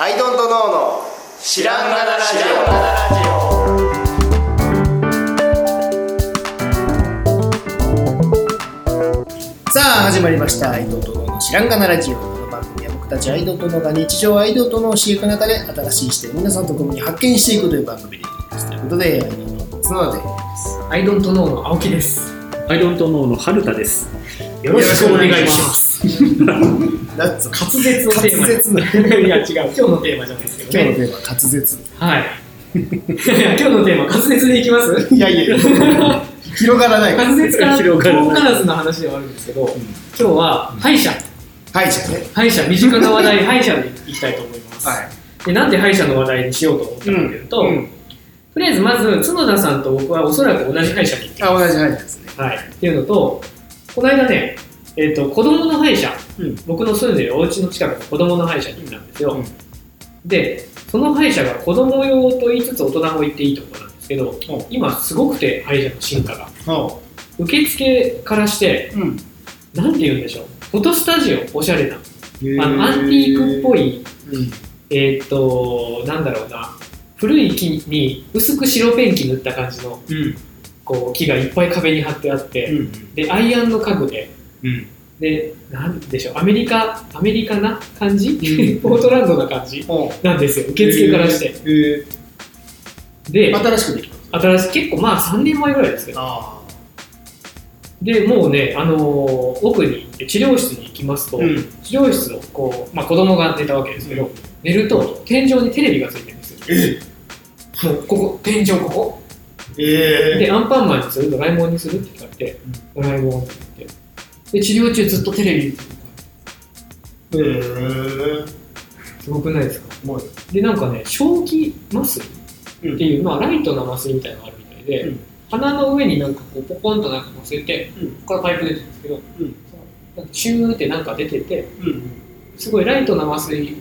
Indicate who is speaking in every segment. Speaker 1: アイドントノーの知らんがなラジオさあ始まりましたアイドントノーの知らんがなラジオこの番組は僕たちアイドントノーが日常をアイドントノーをしていく中で新しい視点を皆さんと共に発見していくという番組でございますということでアイドントノーですので
Speaker 2: アイドントノーの青木です。
Speaker 3: アイドントノーの春田です。
Speaker 2: よろしくお願いします。
Speaker 1: なんつうの
Speaker 2: 滑舌のテー
Speaker 1: 滑
Speaker 2: マ。
Speaker 1: 舌の
Speaker 2: いや違う。今日のテーマじゃないですけど
Speaker 1: 今日の
Speaker 2: ね。
Speaker 1: テーマは滑舌
Speaker 2: はい。 今日のテーマ滑舌でいきます。
Speaker 1: いやいや 広がらない
Speaker 2: 滑舌から
Speaker 3: 広がらない
Speaker 2: 遠からずの話ではあるんですけど、今日は歯医者、
Speaker 1: はいじゃあね
Speaker 2: 歯医者身近な話題歯医者でいきたいと思います。
Speaker 1: はい
Speaker 2: でなんで歯医者の話題にしようと思ったかというと、
Speaker 1: うん
Speaker 2: とりあえずまず角田さんと僕はおそらく同じ歯医者に行って
Speaker 1: あ同じはいですね
Speaker 2: はい、っていうのと、この間ね、えっと子供の歯医者、
Speaker 1: うん
Speaker 2: 僕の住んでるお家の近くの子供の歯医者に行ったんですよ。
Speaker 1: うん
Speaker 2: で、その歯医者が子供用と言いつつ大人も行っていいところなんですけど、今すごくて歯医者の進化が。
Speaker 1: そ
Speaker 2: 受付からして、
Speaker 1: ううん
Speaker 2: なんて言うんでしょう、フォトスタジオ、おしゃれな、
Speaker 1: あ
Speaker 2: あのアンティークっぽ
Speaker 1: い、
Speaker 2: い、えっと、なんだろうな、古い木に薄く白ペンキ塗った感じの
Speaker 1: うん
Speaker 2: こう木がいっぱい壁に貼ってあって、
Speaker 1: うん
Speaker 2: で、アイアンの家具で、
Speaker 1: うん
Speaker 2: で、なんでしょう、アメリカ、アメリカな感じ、 ポートランドな感じ
Speaker 1: お
Speaker 2: なんですよ、受付からして。
Speaker 1: え
Speaker 2: で、
Speaker 1: 新しくできた
Speaker 2: 新しい、結構まあ3年前ぐらいですけど、
Speaker 1: あ
Speaker 2: で、もうね、あのー奥に行って治療室に行きますと、
Speaker 1: うん
Speaker 2: 治療室をこう、まあ子供が寝たわけですけど、寝ると天井にテレビがついてるんですよ。
Speaker 1: え
Speaker 2: もうここ、天井ここ。
Speaker 1: え
Speaker 2: で、アンパンマンにする、ドラえもんにするって言われて、ドラえもんって言って。で、治療中ずっとテレビ、
Speaker 1: えー、
Speaker 2: すごくないですか
Speaker 1: もう
Speaker 2: でなんかね正気麻酔
Speaker 1: うん
Speaker 2: っていう、まあ、ライトな麻酔みたいなのがあるみたいで、
Speaker 1: うん
Speaker 2: 鼻の上になんかこうポコンとなんか乗せて、
Speaker 1: うん
Speaker 2: ここからパイプ出てるんですけど、
Speaker 1: うん
Speaker 2: なんかシューってなんか出てて
Speaker 1: うん
Speaker 2: すごいライトな麻酔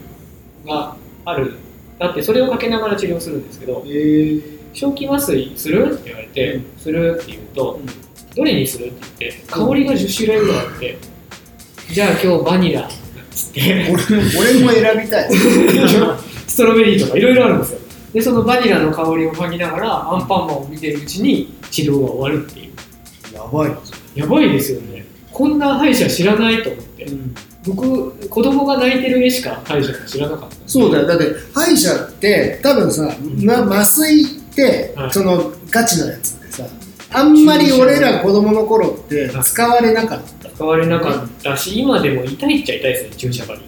Speaker 2: があるだってそれをかけながら治療するんですけど
Speaker 1: えー、
Speaker 2: 正気麻酔するって言われて、
Speaker 1: うん
Speaker 2: するって言うと、
Speaker 1: うん
Speaker 2: どれにするって言って香りが10種類ぐらいあって、じゃあ今日バニラっつって
Speaker 1: 俺も選びたい
Speaker 2: ストロベリーとかいろいろあるんですよでそのバニラの香りを嗅ぎながらアンパンマンを見てるうちに治療が終わるっていう
Speaker 1: やばい、
Speaker 2: やばいですよねこんな歯医者知らないと思って
Speaker 1: ん、
Speaker 2: 僕子供が泣いてる絵しか歯医者が知らなかった
Speaker 1: そうだよだって歯医者って多分さ、ま、麻酔って、
Speaker 2: はい
Speaker 1: そのガチのやつでさあんまり俺ら子供の頃って使われなかった
Speaker 2: 使われなかったし今でも痛いっちゃ痛いですね注射針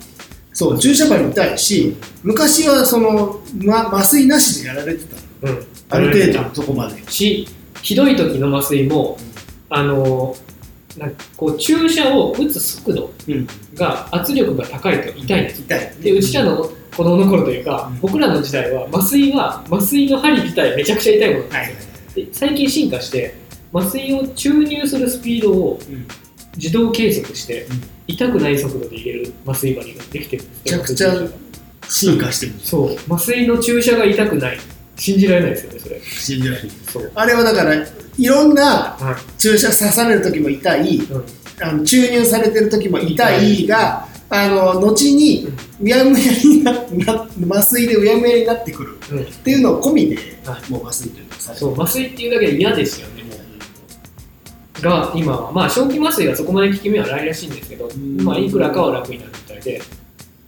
Speaker 1: そう注射針痛いし昔はその、ま、麻酔なしでやられてた
Speaker 2: うん
Speaker 1: ある程度のとこまで
Speaker 2: しひどい時の麻酔もあのなんかこう注射を打つ速度
Speaker 1: うん
Speaker 2: が圧力が高いと痛いんです
Speaker 1: 痛い
Speaker 2: でうちらの子供の頃というか、
Speaker 1: うん
Speaker 2: 僕らの時代は麻酔は麻酔の針自体めちゃくちゃ痛いものなん
Speaker 1: はい
Speaker 2: で最近進化して麻酔を注入するスピードを
Speaker 1: うん
Speaker 2: 自動計測して、
Speaker 1: うん
Speaker 2: 痛くない速度で入れる麻酔針ができてるんですけど
Speaker 1: めちゃくち進化してる
Speaker 2: そう麻酔の注射が痛くない信じられないですよねそれ
Speaker 1: 信じられない
Speaker 2: そう
Speaker 1: あれはだからいろんな
Speaker 2: はい、
Speaker 1: 注射刺される時も痛い
Speaker 2: うん、
Speaker 1: あの注入されてる時も痛いがあの後にうやむやになな麻酔でうやむやになってくる
Speaker 2: うん
Speaker 1: っていうのを込みで、
Speaker 2: は
Speaker 1: もう麻酔というかされて
Speaker 2: そう麻酔っていうだけで嫌ですよねもうが今はまあ正気麻酔がそこまで効き目はないらしいんですけど、
Speaker 1: ん
Speaker 2: まあいくらかは楽になるみたいで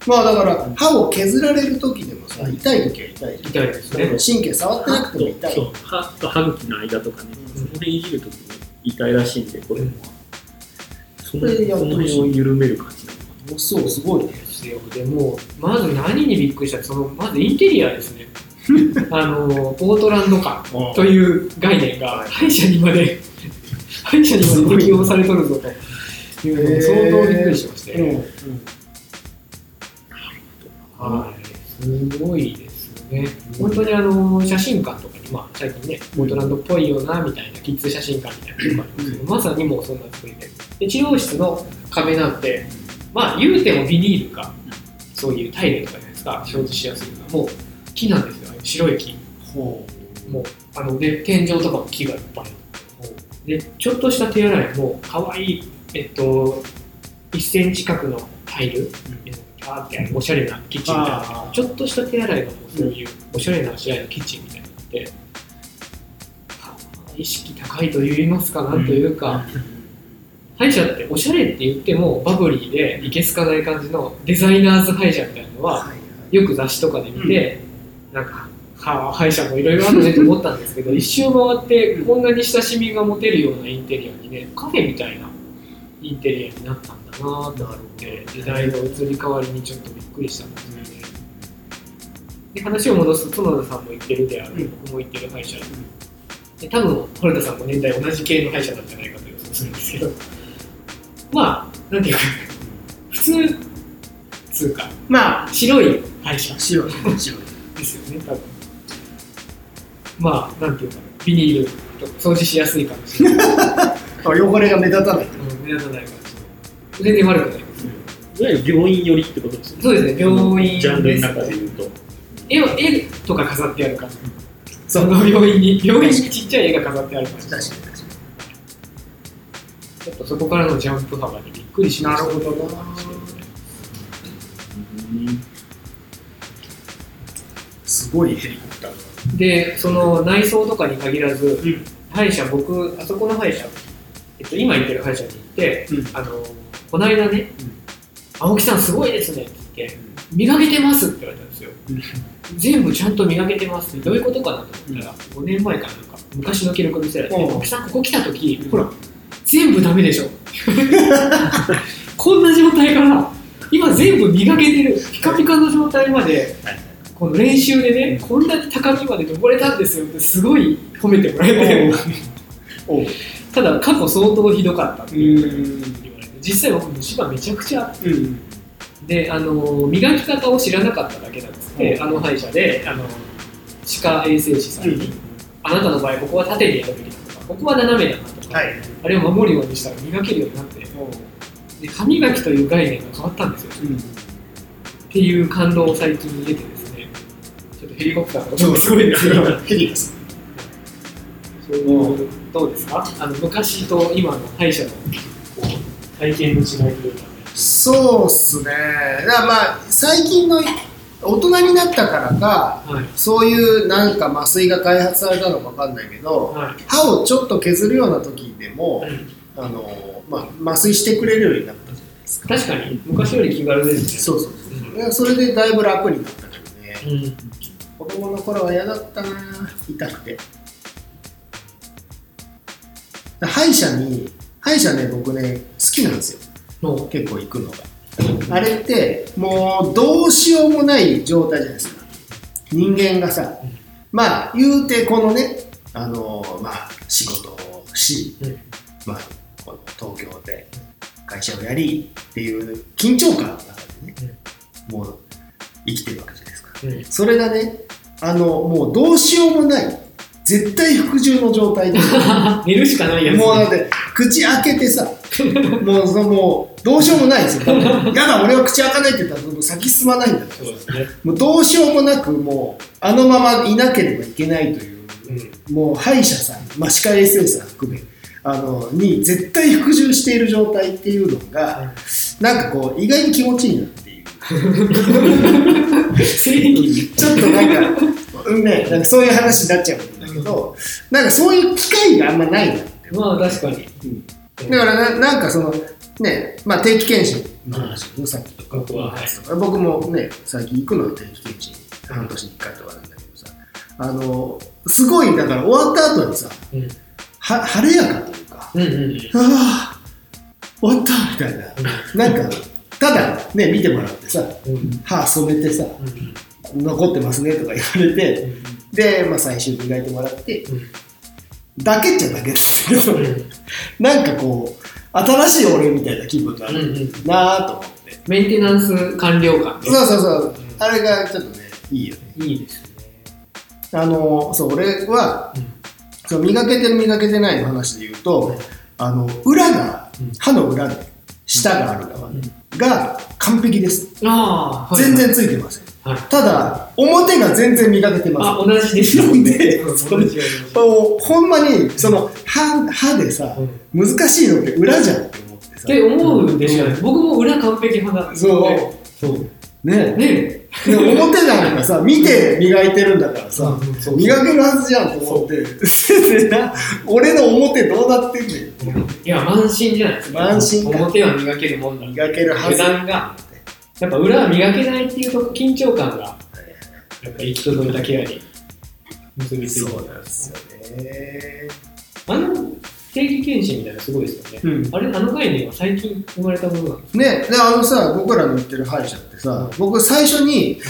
Speaker 1: まあだから歯を削られる時でもさ
Speaker 2: うん
Speaker 1: 痛い時は痛いじゃん
Speaker 2: 痛いですね
Speaker 1: だから神経触ってなくても痛い
Speaker 3: そう歯と歯茎の間とかね、
Speaker 1: うん
Speaker 3: その辺いじるときに痛いらしいんで、これも、
Speaker 2: うん
Speaker 3: そ
Speaker 1: こ
Speaker 3: の
Speaker 1: れやっ
Speaker 3: そ
Speaker 1: て
Speaker 3: の
Speaker 1: ほしい
Speaker 3: 辺を緩める感じなのか
Speaker 1: おそうすごいね
Speaker 2: ですよでもうまず何にびっくりしたってそのまずインテリアですね あのポートランド感という概念が歯医者にまで歯医者にまで適用されとるぞというの
Speaker 1: へー
Speaker 2: で相当びっくりしまして、
Speaker 1: うん
Speaker 2: はいすごいですね本当にあの写真館とかに、まあ、最近ねポートランドっぽいよなみたいなキッズ写真館みたいなのがありますけど、まさにもうそんな作りでで治療室の壁なんてまあ言うてもビニールかそういうタイルとかじゃないですか表示しやすいのがもう木なんですよああいう白い木
Speaker 1: ほ
Speaker 2: もうあので天井とかも木がいっぱいでちょっとした手洗いも可愛いえっと1センチ角のタイル、えっあーってあるおしゃれなキッチンみたいな
Speaker 1: あー
Speaker 2: ちょっとした手洗いがもうそういうおしゃれな試合のキッチンみたいになって、あー意識高いと言いますかなんというか、歯医者っておしゃれって言ってもバブリーでいけすかない感じのデザイナーズ歯医者みたいなのはよく雑誌とかで見て、なんかは歯医者もいろいろあるねと思ったんですけど一周回ってこんなに親しみが持てるようなインテリアにねカフェみたいなインテリアになったんだなぁと思って時代の移り変わりにちょっとびっくりしたんですよね。で話を戻すと角田さんも行ってるである、
Speaker 1: うん
Speaker 2: 僕も行ってる歯医者、で多分堀田さんも年代同じ系の歯医者なんじゃないかと予想するんですけどまあなんていうか普通つうか
Speaker 1: まあ
Speaker 2: 白い歯医者
Speaker 1: 白い白い
Speaker 2: ですよね、多分。まあ、なんていうか、ビニールとか掃除しやすい感じ。うん
Speaker 1: あ汚れが目立たない
Speaker 2: 目立たない感じ。全然悪くないです。
Speaker 3: いわゆる病院寄りってことですね。
Speaker 2: そうですね、病院
Speaker 3: ジャンル
Speaker 2: で
Speaker 3: の
Speaker 2: す
Speaker 3: 中で言うと。
Speaker 2: 絵を絵とか飾ってある感じ。
Speaker 1: そ
Speaker 2: そうの病院に、病院にちっちゃい絵が飾ってある感じ。
Speaker 1: 確か
Speaker 2: ちょっとそこからのジャンプ幅にびっくりし
Speaker 1: に
Speaker 2: ました。
Speaker 1: どなすごいヘリコプター
Speaker 2: で、その内装とかに限らず、
Speaker 1: ん
Speaker 2: 歯医者、僕、あそこの歯医者、えっと、今行ってる歯医者に行って、
Speaker 1: うん
Speaker 2: あの、この間ね、
Speaker 1: うん
Speaker 2: 青木さんすごいですねって言って、磨けてますって言われたんですよ。全部ちゃんと磨けてますってどういうことかなと思ったら、5年前かなんか、昔の記録見せられて、
Speaker 1: うん
Speaker 2: 青木さんここ来た時、
Speaker 1: うん
Speaker 2: ほら、全部ダメでしょ。 こんな状態から、今全部磨けてる、ピカピカの状態まで、
Speaker 3: はい
Speaker 2: この練習でね、こんなに高みまで登れたんですよってすごい褒めてもらえて、
Speaker 1: おう
Speaker 2: ただ過去相当ひどかったって
Speaker 1: うん
Speaker 2: 言われて、実際僕虫歯めちゃくちゃあって
Speaker 1: うん
Speaker 2: で、あの磨き方を知らなかっただけなんですって、あの歯医者で、あの歯科衛生士さんに、
Speaker 1: うん
Speaker 2: あなたの場合ここは縦でやるべきだとか、ここは斜めだなとか、
Speaker 1: はい
Speaker 2: あれを守るようにしたら磨けるようになって、
Speaker 1: おう
Speaker 2: で歯磨きという概念が変わったんですよ。
Speaker 1: うん
Speaker 2: っていう感動を最近得てですね、ちょっとヘリコプターの音がすごいですよ。
Speaker 1: ヘリです
Speaker 2: そうどうですかあの昔と今の歯医者のこう体験の違いというか、ね、
Speaker 1: そうっすねだからまあ最近の大人になったからか
Speaker 2: はい、
Speaker 1: そういうなんか麻酔が開発されたのか分かんないけど
Speaker 2: は
Speaker 1: 歯をちょっと削るような時でも
Speaker 2: い、
Speaker 1: あの、まあ、麻酔してくれるようになったじゃないですか
Speaker 2: 確かに昔より気軽ですね。
Speaker 1: そうそうだからそれでだいぶ楽になったけどね
Speaker 2: うんうん
Speaker 1: 子供の頃は嫌だったな痛くて歯医者に歯医者ね僕ね好きなんですよ
Speaker 2: の
Speaker 1: 結構行くのがあれってもうどうしようもない状態じゃないですか人間がさ
Speaker 2: うん
Speaker 1: まあ言うてこのねあのまあ仕事をし、
Speaker 2: うん
Speaker 1: まあこの東京で会社をやりっていう緊張感の中でね、もう生きてるわけじゃないですか
Speaker 2: うん
Speaker 1: それがねあのもうどうしようもない絶対服従の状 態で
Speaker 2: 寝るしかないやつ。
Speaker 1: もうだって口開けてさ もうそのもうどうしようもないですよやだ俺は口開かないって言ったらもう先進まないんだか
Speaker 2: そう
Speaker 1: ら
Speaker 2: ですね。
Speaker 1: もうどうしようもなくもうあのままいなければいけないという
Speaker 2: うん
Speaker 1: もう歯医者さん、まあ、歯科衛生士さん含めあのに絶対服従している状態っていうのがなんかこう意外に気持ちいいなっていう
Speaker 2: 正義
Speaker 1: ちょっとなんか、うんね、なんかそういう話になっちゃうんだけど、なんかそういう機会があんまないな。
Speaker 2: まあ確かに。
Speaker 1: だからな、なんかその、ね、まあ定期検診の話、うさっきとか、
Speaker 2: 僕ははい
Speaker 1: 僕もね、最近行くのよ定期検診、半年に1回とかなんだけどさ、あの、すごい、だから終わった後にさ、
Speaker 2: うん
Speaker 1: は晴れやかというか、
Speaker 2: うんうんうん
Speaker 1: ああ、終わったみたいな、なんか、ただね、見てもらってさ、
Speaker 2: うんうん
Speaker 1: 歯染めてさ、残ってますねとか言われて、で、まあ、最終磨いてもらってだけっちゃだけですけど
Speaker 2: うん
Speaker 1: なんかこう新しい俺みたいな気分があ
Speaker 2: うんう
Speaker 1: る
Speaker 2: んうん
Speaker 1: なぁと思って、
Speaker 2: メンテナンス完了感ね
Speaker 1: そうそうそう
Speaker 2: うん
Speaker 1: あれがちょっとねいいよね
Speaker 2: いいですね。
Speaker 1: あのそう俺は
Speaker 2: うん
Speaker 1: その磨けてる磨けてないの話で言うと、
Speaker 2: はい
Speaker 1: あの裏が
Speaker 2: うん
Speaker 1: 歯の裏で舌がある側ね、が完璧です、
Speaker 2: ああ、はい
Speaker 1: 全。然ついてません
Speaker 2: はい
Speaker 1: ただ表が全然磨けてません
Speaker 2: あ、同じですよ。
Speaker 1: なんで
Speaker 2: う ん
Speaker 1: そ
Speaker 2: 同
Speaker 1: れ
Speaker 2: じ同じ
Speaker 1: おほんまにその歯歯でさ、
Speaker 2: うん
Speaker 1: 難しいのって裏じゃんって思って
Speaker 2: っ
Speaker 1: さ
Speaker 2: て思うでしょ、
Speaker 1: うん
Speaker 2: 僕も裏完璧派なんです
Speaker 1: そう
Speaker 2: そう
Speaker 1: ね
Speaker 2: ね
Speaker 1: えでも表なのがさ見て磨いてるんだからさ
Speaker 2: うんそうい
Speaker 1: 磨けるはずじゃんと思って先生な俺の表どうなってんねん
Speaker 2: や満身じゃないですか
Speaker 1: 満身か
Speaker 2: 表は磨けるもんだ
Speaker 1: 磨けるは
Speaker 2: 値
Speaker 1: ず
Speaker 2: 段がやっぱ裏は磨けないっていうとこ緊張感がやっぱ行き届いたケアに結びついて
Speaker 1: なんですよね
Speaker 2: あの定義検診みたいなのすごいですよね
Speaker 1: うん
Speaker 2: あれあの概念は最近生まれたものなんです
Speaker 1: ねであのさ僕らの言ってる歯医者ってさ僕最初に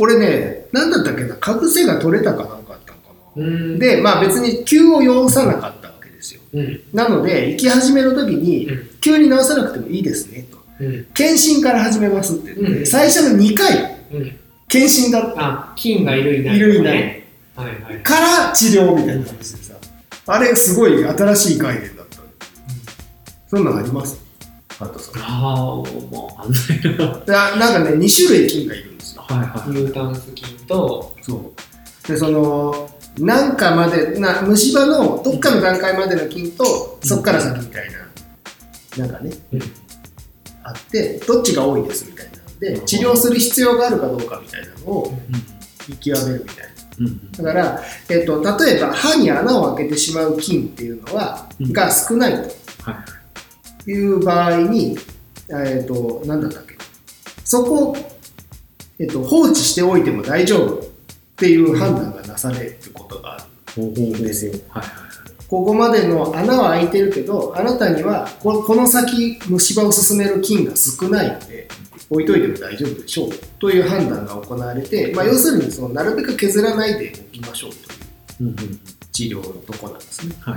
Speaker 1: 俺ね何だったっけなかぶせが取れたかなんかあったのかな、
Speaker 2: うん
Speaker 1: でまあ別に急を要さなかったわけですよ
Speaker 2: うん
Speaker 1: なので行き始めの時に
Speaker 2: うん
Speaker 1: 急に直さなくてもいいですねと
Speaker 2: うん
Speaker 1: 検診から始めますって言って、
Speaker 2: うん
Speaker 1: 最初の2回
Speaker 2: うん
Speaker 1: 検診だっ
Speaker 2: あ菌がいるい
Speaker 1: た
Speaker 2: ない
Speaker 1: いるい
Speaker 2: とか
Speaker 1: な
Speaker 2: ね
Speaker 1: い
Speaker 2: はいはい
Speaker 1: から治療みたいな話でさあれすごい新しい概念だった、そんなのありますあとさ
Speaker 3: ああ、もう、あんないな。
Speaker 1: ななんかね2種類菌がいるんですよ
Speaker 3: はいは
Speaker 2: ニュータンス菌と
Speaker 1: そうでそのなんかまでな虫歯のどっかの段階までの菌とそっから先みたいな、なんかね、
Speaker 2: うん
Speaker 1: あってどっちが多いですみたいなで治療する必要があるかどうかみたいなのを見極めるみたい
Speaker 3: うん。うん。
Speaker 1: なだから、えっと例えば歯に穴を開けてしまう菌っていうのは、
Speaker 3: うん
Speaker 1: が少ない
Speaker 3: は
Speaker 1: という場合に、えっとなんだったっけそこを、えっと放置しておいても大丈夫っていう判断がなされることがある
Speaker 3: ほうほうほう。
Speaker 1: んですよ。
Speaker 3: はいはい。
Speaker 1: ここまでの穴は開いてるけどあなたにはここの先虫歯を進める菌が少ないので置いといても大丈夫でしょうという判断が行われて、まあ、要するにそのなるべく削らないでおきましょうという
Speaker 3: うんうん。
Speaker 1: 治療のとこなんですね。
Speaker 3: はい。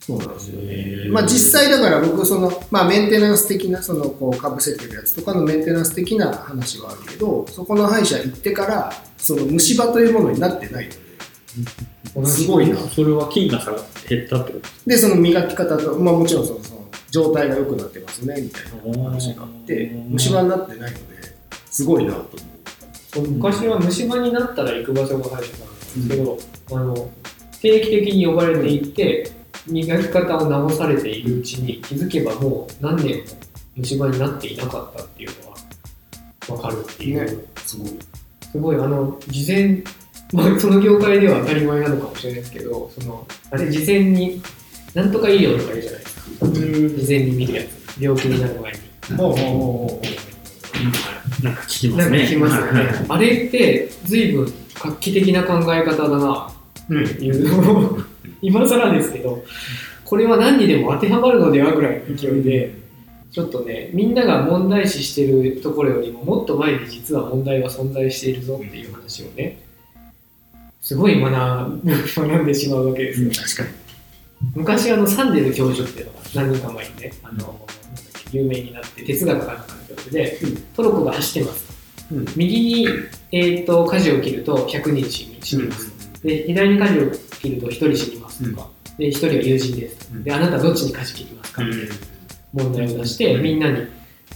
Speaker 1: そうなんですよね
Speaker 3: ね
Speaker 1: まあ、実際だから僕その、まあ、メンテナンス的なそのこうかぶせてるやつとかのメンテナンス的な話はあるけどそこの歯医者行ってからその虫歯というものになってないのすごいな
Speaker 3: それは金が下が減ったってこと
Speaker 1: でその磨き方と、まあ、もちろんそのその状態が良くなってますねみたいな。話があって虫歯になってないのですごいなと思
Speaker 2: 昔は虫歯になったら行く場所が入ってたんですけど、あの定期的に呼ばれて行って磨き方を直されているうちに気づけばもう何年も虫歯になっていなかったっていうのは分かるっていう、
Speaker 1: ねすごい
Speaker 2: すごいあの事前、まあ、その業界では当たり前なのかもしれないですけどそのあれ事前になんとか医療とか言うじゃないですか事前に見るやつ病気になる前に。
Speaker 1: ほうほうほ
Speaker 3: なんか聞きま
Speaker 2: な
Speaker 3: す
Speaker 2: んか
Speaker 3: ね。
Speaker 2: 聞きますよ
Speaker 3: はいはい
Speaker 2: ね。あれって、随分画期的な考え方だな、
Speaker 1: うん
Speaker 2: っていうのを 今更ですけど、これは何にでも当てはまるのではぐらいの勢いで、ちょっとね、みんなが問題視してるところよりも、もっと前に実は問題は存在しているぞっていう話をね、すごい学学ん でしまうわけですよ。
Speaker 1: 確かに
Speaker 2: 昔あのサンデル教授っていうのが何年か前にねあのなんだっけ有名になって哲学かなんかの教授で、
Speaker 1: うん
Speaker 2: トルコが走ってます、
Speaker 1: うん
Speaker 2: 右に、えー、と舵を切ると100人死に死にます、で左に舵を切ると1人死にますとか、で1人は友人です、
Speaker 1: うん
Speaker 2: であなたどっちに舵切りますか、問題を出して、
Speaker 3: うん
Speaker 2: みんなに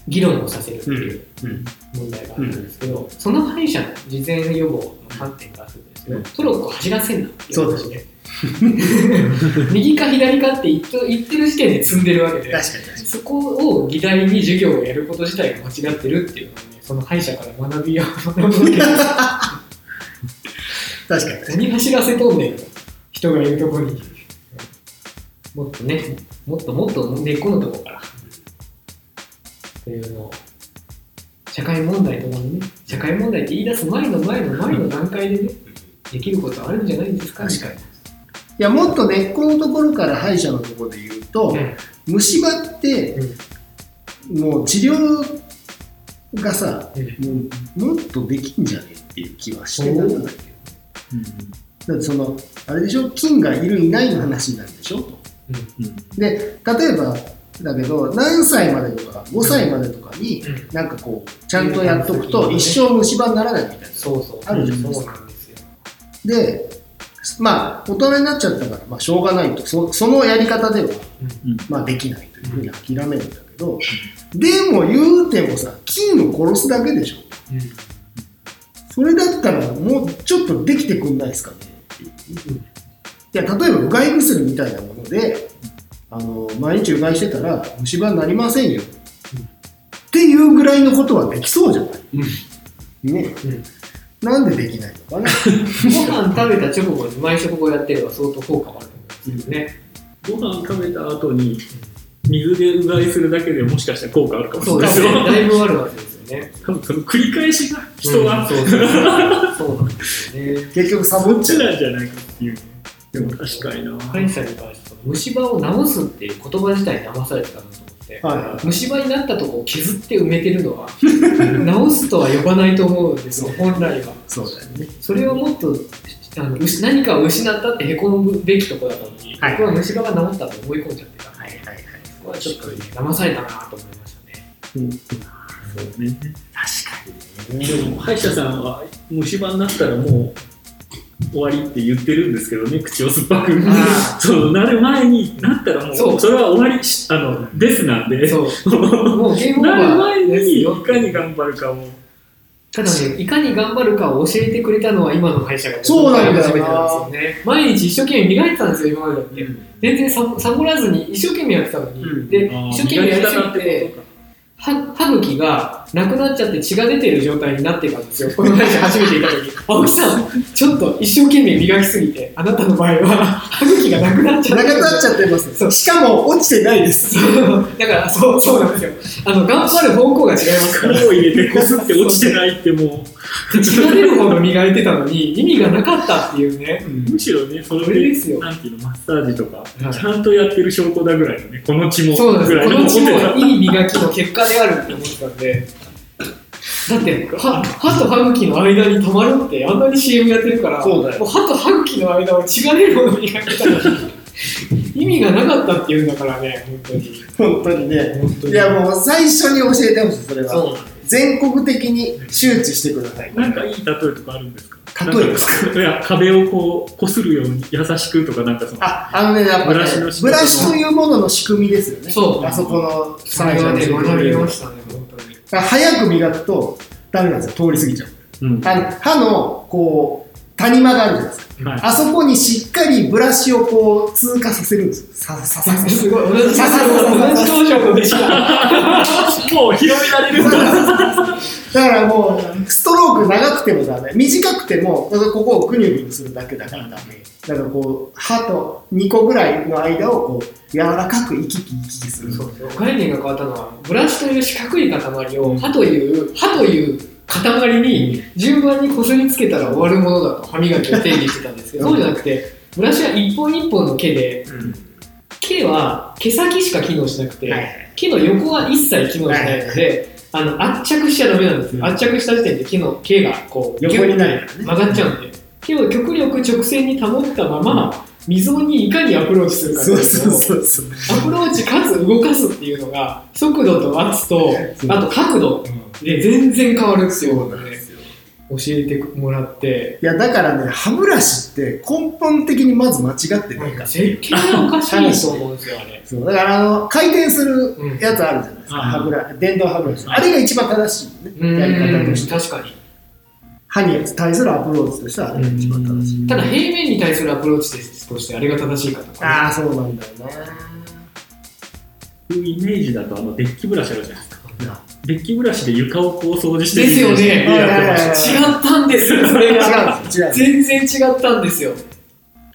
Speaker 2: 議論をさせるっていう
Speaker 3: うん
Speaker 2: 問題があったんですけど、その歯医者の事前予防の観点からするんですけど、
Speaker 1: うん
Speaker 2: トロッコ走らせんなっていう
Speaker 1: そうだ
Speaker 2: 話で右か左かって言っと言ってる時点で積んでるわけで
Speaker 1: 確かに確か
Speaker 2: そこを議題に授業をやること自体が間違ってるっていうのはねその歯医者から学びを 学ぶわけで
Speaker 1: に確かに
Speaker 2: す何走らせとんねんと人がいるところにもっとねもっともっと根っこのところからっていうのを社会問題ともにね社会問題って言い出す前の前の前の段階でねできることあるんじゃないですか
Speaker 1: 確かにいやもっと根っこのところから歯医者のところで言うと、
Speaker 2: ね
Speaker 1: 虫歯って
Speaker 2: うん
Speaker 1: もう治療がさ
Speaker 2: うん
Speaker 1: もうもっとできんじゃねっていう気はしてならないけどだってそのあれでしょ菌がいるいないの話なんでしょと
Speaker 3: うん
Speaker 1: で例えばだけど何歳までとか5歳までとかに
Speaker 2: うん
Speaker 1: なんかこうちゃんとやっとくと一生虫歯にならないみたいな
Speaker 2: そうそう
Speaker 1: あるじゃないで
Speaker 2: そ
Speaker 1: す
Speaker 2: うなんですよ
Speaker 1: でまあ大人になっちゃったから、まあ、しょうがないとそそのやり方では、
Speaker 3: うん
Speaker 1: まあ、できないというふうに諦めるんだけど、でも言うてもさ菌を殺すだけでしょそれだったらもうちょっとできてくんないですかねっていういや例えばうがい薬みたいなものであの毎日うがいしてたら虫歯になりませんよ、っていうぐらいのことはできそうじゃない、ね、
Speaker 2: うん
Speaker 1: なんでできないのかな
Speaker 2: ご飯食べた直後に毎食をやってれば相当効果はあると思うんですよね。
Speaker 3: ご飯食べた後に水でうがいするだけでもしかしたら効果あるかもしれ
Speaker 2: そう
Speaker 3: ない
Speaker 2: でね。だ
Speaker 3: ですすよ
Speaker 2: いぶあるわけですよね。
Speaker 3: 多分その繰り返しが人
Speaker 2: うん
Speaker 3: は
Speaker 2: そうそうそうなんですよね。
Speaker 1: 結局サボっ
Speaker 3: こっ
Speaker 1: ちゃ
Speaker 3: ち
Speaker 1: う
Speaker 3: なんじゃないかっていうでも確かにな
Speaker 2: 歯医者に関しては虫歯を治すっていう言葉自体に騙されてたなと思って、
Speaker 1: はい
Speaker 2: 虫歯になったとこを削って埋めてるの は治すとは呼ばないと思うんですよ本来は
Speaker 1: そうだよね
Speaker 2: それをもっとあのうし何かを失ったってへこむべきとこだったのに、
Speaker 1: はい
Speaker 2: 僕は虫歯が治ったと思い込んじゃってた
Speaker 1: はいはいはい
Speaker 2: 僕はちょっとね、騙されたなと思いましたね
Speaker 3: うんそうね
Speaker 1: 確かにね
Speaker 3: でも歯医者さんは虫歯になったらもう終わりって言ってるんですけどね口を酸っぱく
Speaker 2: あ
Speaker 3: そうなる前になったらもう
Speaker 2: そう
Speaker 3: それは終わりしあのですなんで
Speaker 2: そうもうゲームオー
Speaker 3: なる
Speaker 2: バ
Speaker 3: 前
Speaker 2: ーです
Speaker 3: にい
Speaker 2: よ
Speaker 3: かに頑張るかも
Speaker 2: ただね、いかに頑張るかを教えてくれたのは今の会社が
Speaker 1: そうなんだよな
Speaker 2: 初めてなんですよね。毎日一生懸命磨いてたんですよ、今までだって。全然サボサボらずに一生懸命やってたのに。
Speaker 1: うん
Speaker 2: で、
Speaker 3: あー
Speaker 2: 一生懸命やりすぎて、歯歯茎がなくなっちゃって血が出てる状態になってたんですよ。この会社初めていた 時。青木さん、ちょっと一生懸命磨きすぎて、あなたの場合は歯茎がなくなっちゃって
Speaker 1: な
Speaker 2: る。
Speaker 1: くなっちゃってます
Speaker 2: そう
Speaker 1: しかも落ちてないです
Speaker 2: そうだから、そう、そうなんですよ。あの、頑張る方向が違いますから。
Speaker 3: こう入れてこすって落ちてないっても
Speaker 2: 血が出るほど磨いてたの に意味がなかったっていうね。
Speaker 3: うむしろねそれ
Speaker 2: それですよ
Speaker 3: なんていうのマッサージとか
Speaker 2: はい
Speaker 3: ちゃんとやってる証拠だぐらいのねこの血も
Speaker 2: そうなんです
Speaker 3: ぐらい
Speaker 2: この
Speaker 3: の
Speaker 2: 地
Speaker 3: 思ってた
Speaker 2: もいい磨きの結果であるって思ってたんで。だって歯歯と歯茎の間にたまるってあんなに CM やってるから
Speaker 1: そうだよ
Speaker 2: もう歯と歯茎の間を血が出るほど磨けたのに意味がなかったっていうんだからね本当に
Speaker 1: 本当にね
Speaker 2: 本当に
Speaker 1: いやもう最初に教えてほしいそれは
Speaker 2: そうなんで
Speaker 1: 全国的に周知してください
Speaker 3: なんかいい例えとかあるんですか
Speaker 1: 例えです
Speaker 3: かいや壁をこうこするように優しくとかなんかその
Speaker 1: ああのねやっぱね
Speaker 3: ブラシの仕
Speaker 1: ブ
Speaker 3: 組み
Speaker 1: ラシというものの仕組みですよね
Speaker 2: そう
Speaker 1: あそこの
Speaker 2: すそれはね学びましたね本当に
Speaker 1: だから早く磨くとダメなんですよ通り過ぎちゃう
Speaker 3: うん
Speaker 1: あの歯のこう谷間があるじゃないですか
Speaker 3: はい
Speaker 1: あそこにしっかりブラシをこう通過させるんですよささささ
Speaker 2: すご い同じ同じ道場の弟子だ
Speaker 3: もう広められるんだ。
Speaker 1: だからもうストローク長くてもダメ短くてもここをグニュグニュするだけだからダメだからこう歯と2個ぐらいの間をこう柔らかく行き来行き来する
Speaker 2: そう概念が変わったのはブラシという四角い塊を歯という歯という塊に順番にこすりつけたら終わるものだと歯磨きを定義してたんですけどそうじゃなくてブラシは一本一本の毛で毛は毛先しか機能しなくて、
Speaker 1: はい
Speaker 2: 毛の横は一切機能しないので、あの圧着しちゃダメなんですよ、
Speaker 3: うん
Speaker 2: 圧着した時点で毛の毛がこう
Speaker 1: 横になる
Speaker 2: 曲がっちゃうんで毛を極力直線に保ったまま溝にいかにアプローチするかって
Speaker 1: そうそう
Speaker 2: いうのを
Speaker 1: そうそう
Speaker 2: アプローチかつ動かすっていうのが速度と圧と
Speaker 1: そう
Speaker 2: あと角度で全然変わるっていうので
Speaker 1: よ
Speaker 2: 教えてもらって
Speaker 1: いやだからね歯ブラシって根本的にまず間違ってないから、
Speaker 2: 設計がおかしいと思うんですよあれ
Speaker 1: そうだからあの回転する
Speaker 2: うん
Speaker 1: やつあるじゃないですか、
Speaker 3: うん
Speaker 1: 歯ブラ電動歯ブラシ
Speaker 3: うん
Speaker 1: あれが一番正しい、ね、やり方として
Speaker 2: 確かに
Speaker 1: 歯に対するアプローチとしてはあれが一番正しい
Speaker 2: ただ平面に対するアプローチとしてあれが正しいかとか
Speaker 1: ああそうなんだよね
Speaker 3: いうイメージだとあのデッキブラシあるじゃないですか。
Speaker 1: な
Speaker 3: デッキブラシで床をこう掃除して
Speaker 2: ですよね
Speaker 3: イメージでやってました
Speaker 2: 違ったんですよそ れが
Speaker 1: 違うんです違うんです
Speaker 2: 全然違ったんですよ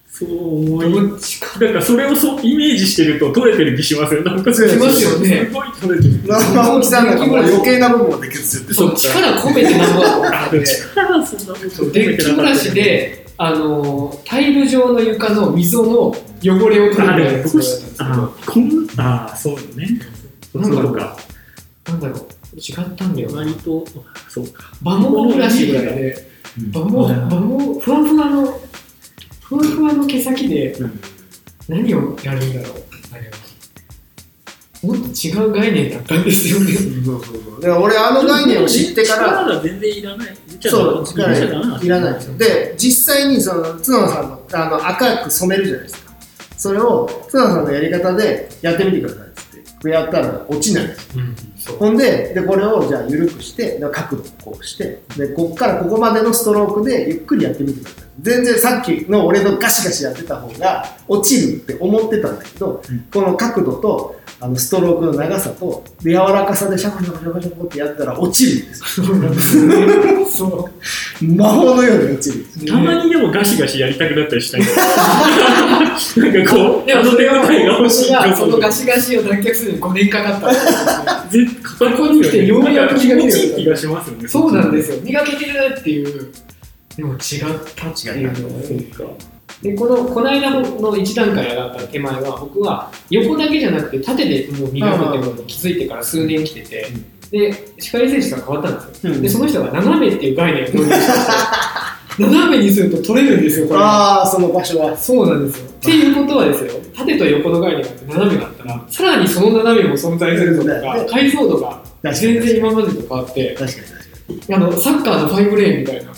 Speaker 3: そう思い。
Speaker 2: どっちか
Speaker 3: なんかそれをそうイメージしてると取れてる気しますよ。なんか
Speaker 1: そう
Speaker 2: しますよね
Speaker 3: すごい取れてる。
Speaker 1: 青木さんなんかもう余計な部分ができずって
Speaker 2: そう力込めてなんぼだと思ったんで
Speaker 3: 力はそんなこと
Speaker 2: そうデッキブラシ。で、あのータイル状の床の溝の汚れを取るみ
Speaker 3: あ
Speaker 2: たいな
Speaker 3: でも
Speaker 2: やつだった
Speaker 3: 僕
Speaker 2: んですけど
Speaker 3: あこんあそうよね。そう
Speaker 2: なんだろ
Speaker 3: そううか。
Speaker 2: なんだろう、違ったんだよな。
Speaker 3: 割とそうか。
Speaker 2: バモブラシぐらいで、バモ、バモ、ふわふわの、ふわふわの毛先で
Speaker 3: うん
Speaker 2: 何をやるんだろう、あれは。もっと違う概念だったんですよね。
Speaker 1: そうそうそうだから俺あの概念を知ってから
Speaker 3: 力が全然いらない。
Speaker 1: そう
Speaker 3: 力
Speaker 1: 力いらないんですすよで実際にその角野さんのあの赤く染めるじゃないですかそれを角野さんのやり方でやってみてくださいっつってこれやったら落ちないんですよ
Speaker 2: うん、そう
Speaker 1: ほんで、で、これをじゃあ緩くして、だから角度をこうして、で、こっからここまでのストロークでゆっくりやってみてください。全然さっきの俺のガシガシやってた方が落ちるって思ってたんだけど、
Speaker 3: うん
Speaker 1: この角度と、あのストロークの長さと、で柔らかさでシャコシャコシャコシャコってやったら落ちるんですよ。
Speaker 2: そ
Speaker 1: 魔法のように落ちる。
Speaker 2: う
Speaker 3: たまにでもガシガシやりたくなったりしたいなんかこう、
Speaker 2: でもそれ
Speaker 3: 手
Speaker 2: は
Speaker 3: 応えが欲しいから
Speaker 2: そのガシガシを脱却するのに5年かかったんですよ
Speaker 3: 絶対
Speaker 2: ここに来てようやく気が出てる
Speaker 3: 落ちる気がしますよね。。
Speaker 2: そうなんですすよ磨けてるっていうでも違ったっていうのがねでこのこの間の1段階上がった手前は僕は横だけじゃなくて縦でもう磨くってことに気づいてから数年来てて、で光選手が変わったんですよ
Speaker 1: うん
Speaker 2: でその人が斜めっていう概念を導入したんですよ 斜めにすると取れるんですよこれ
Speaker 1: ああ、その場所は。
Speaker 2: そうなんですよっていうことはですよ縦と横の概念があって斜めがあったらさらにその斜めも存在するぞとか
Speaker 1: ね
Speaker 2: 解像度が
Speaker 1: 確かに
Speaker 2: 全然今までと変わって
Speaker 1: 確かに確か
Speaker 2: あのサッカーのファイブレーンみたいな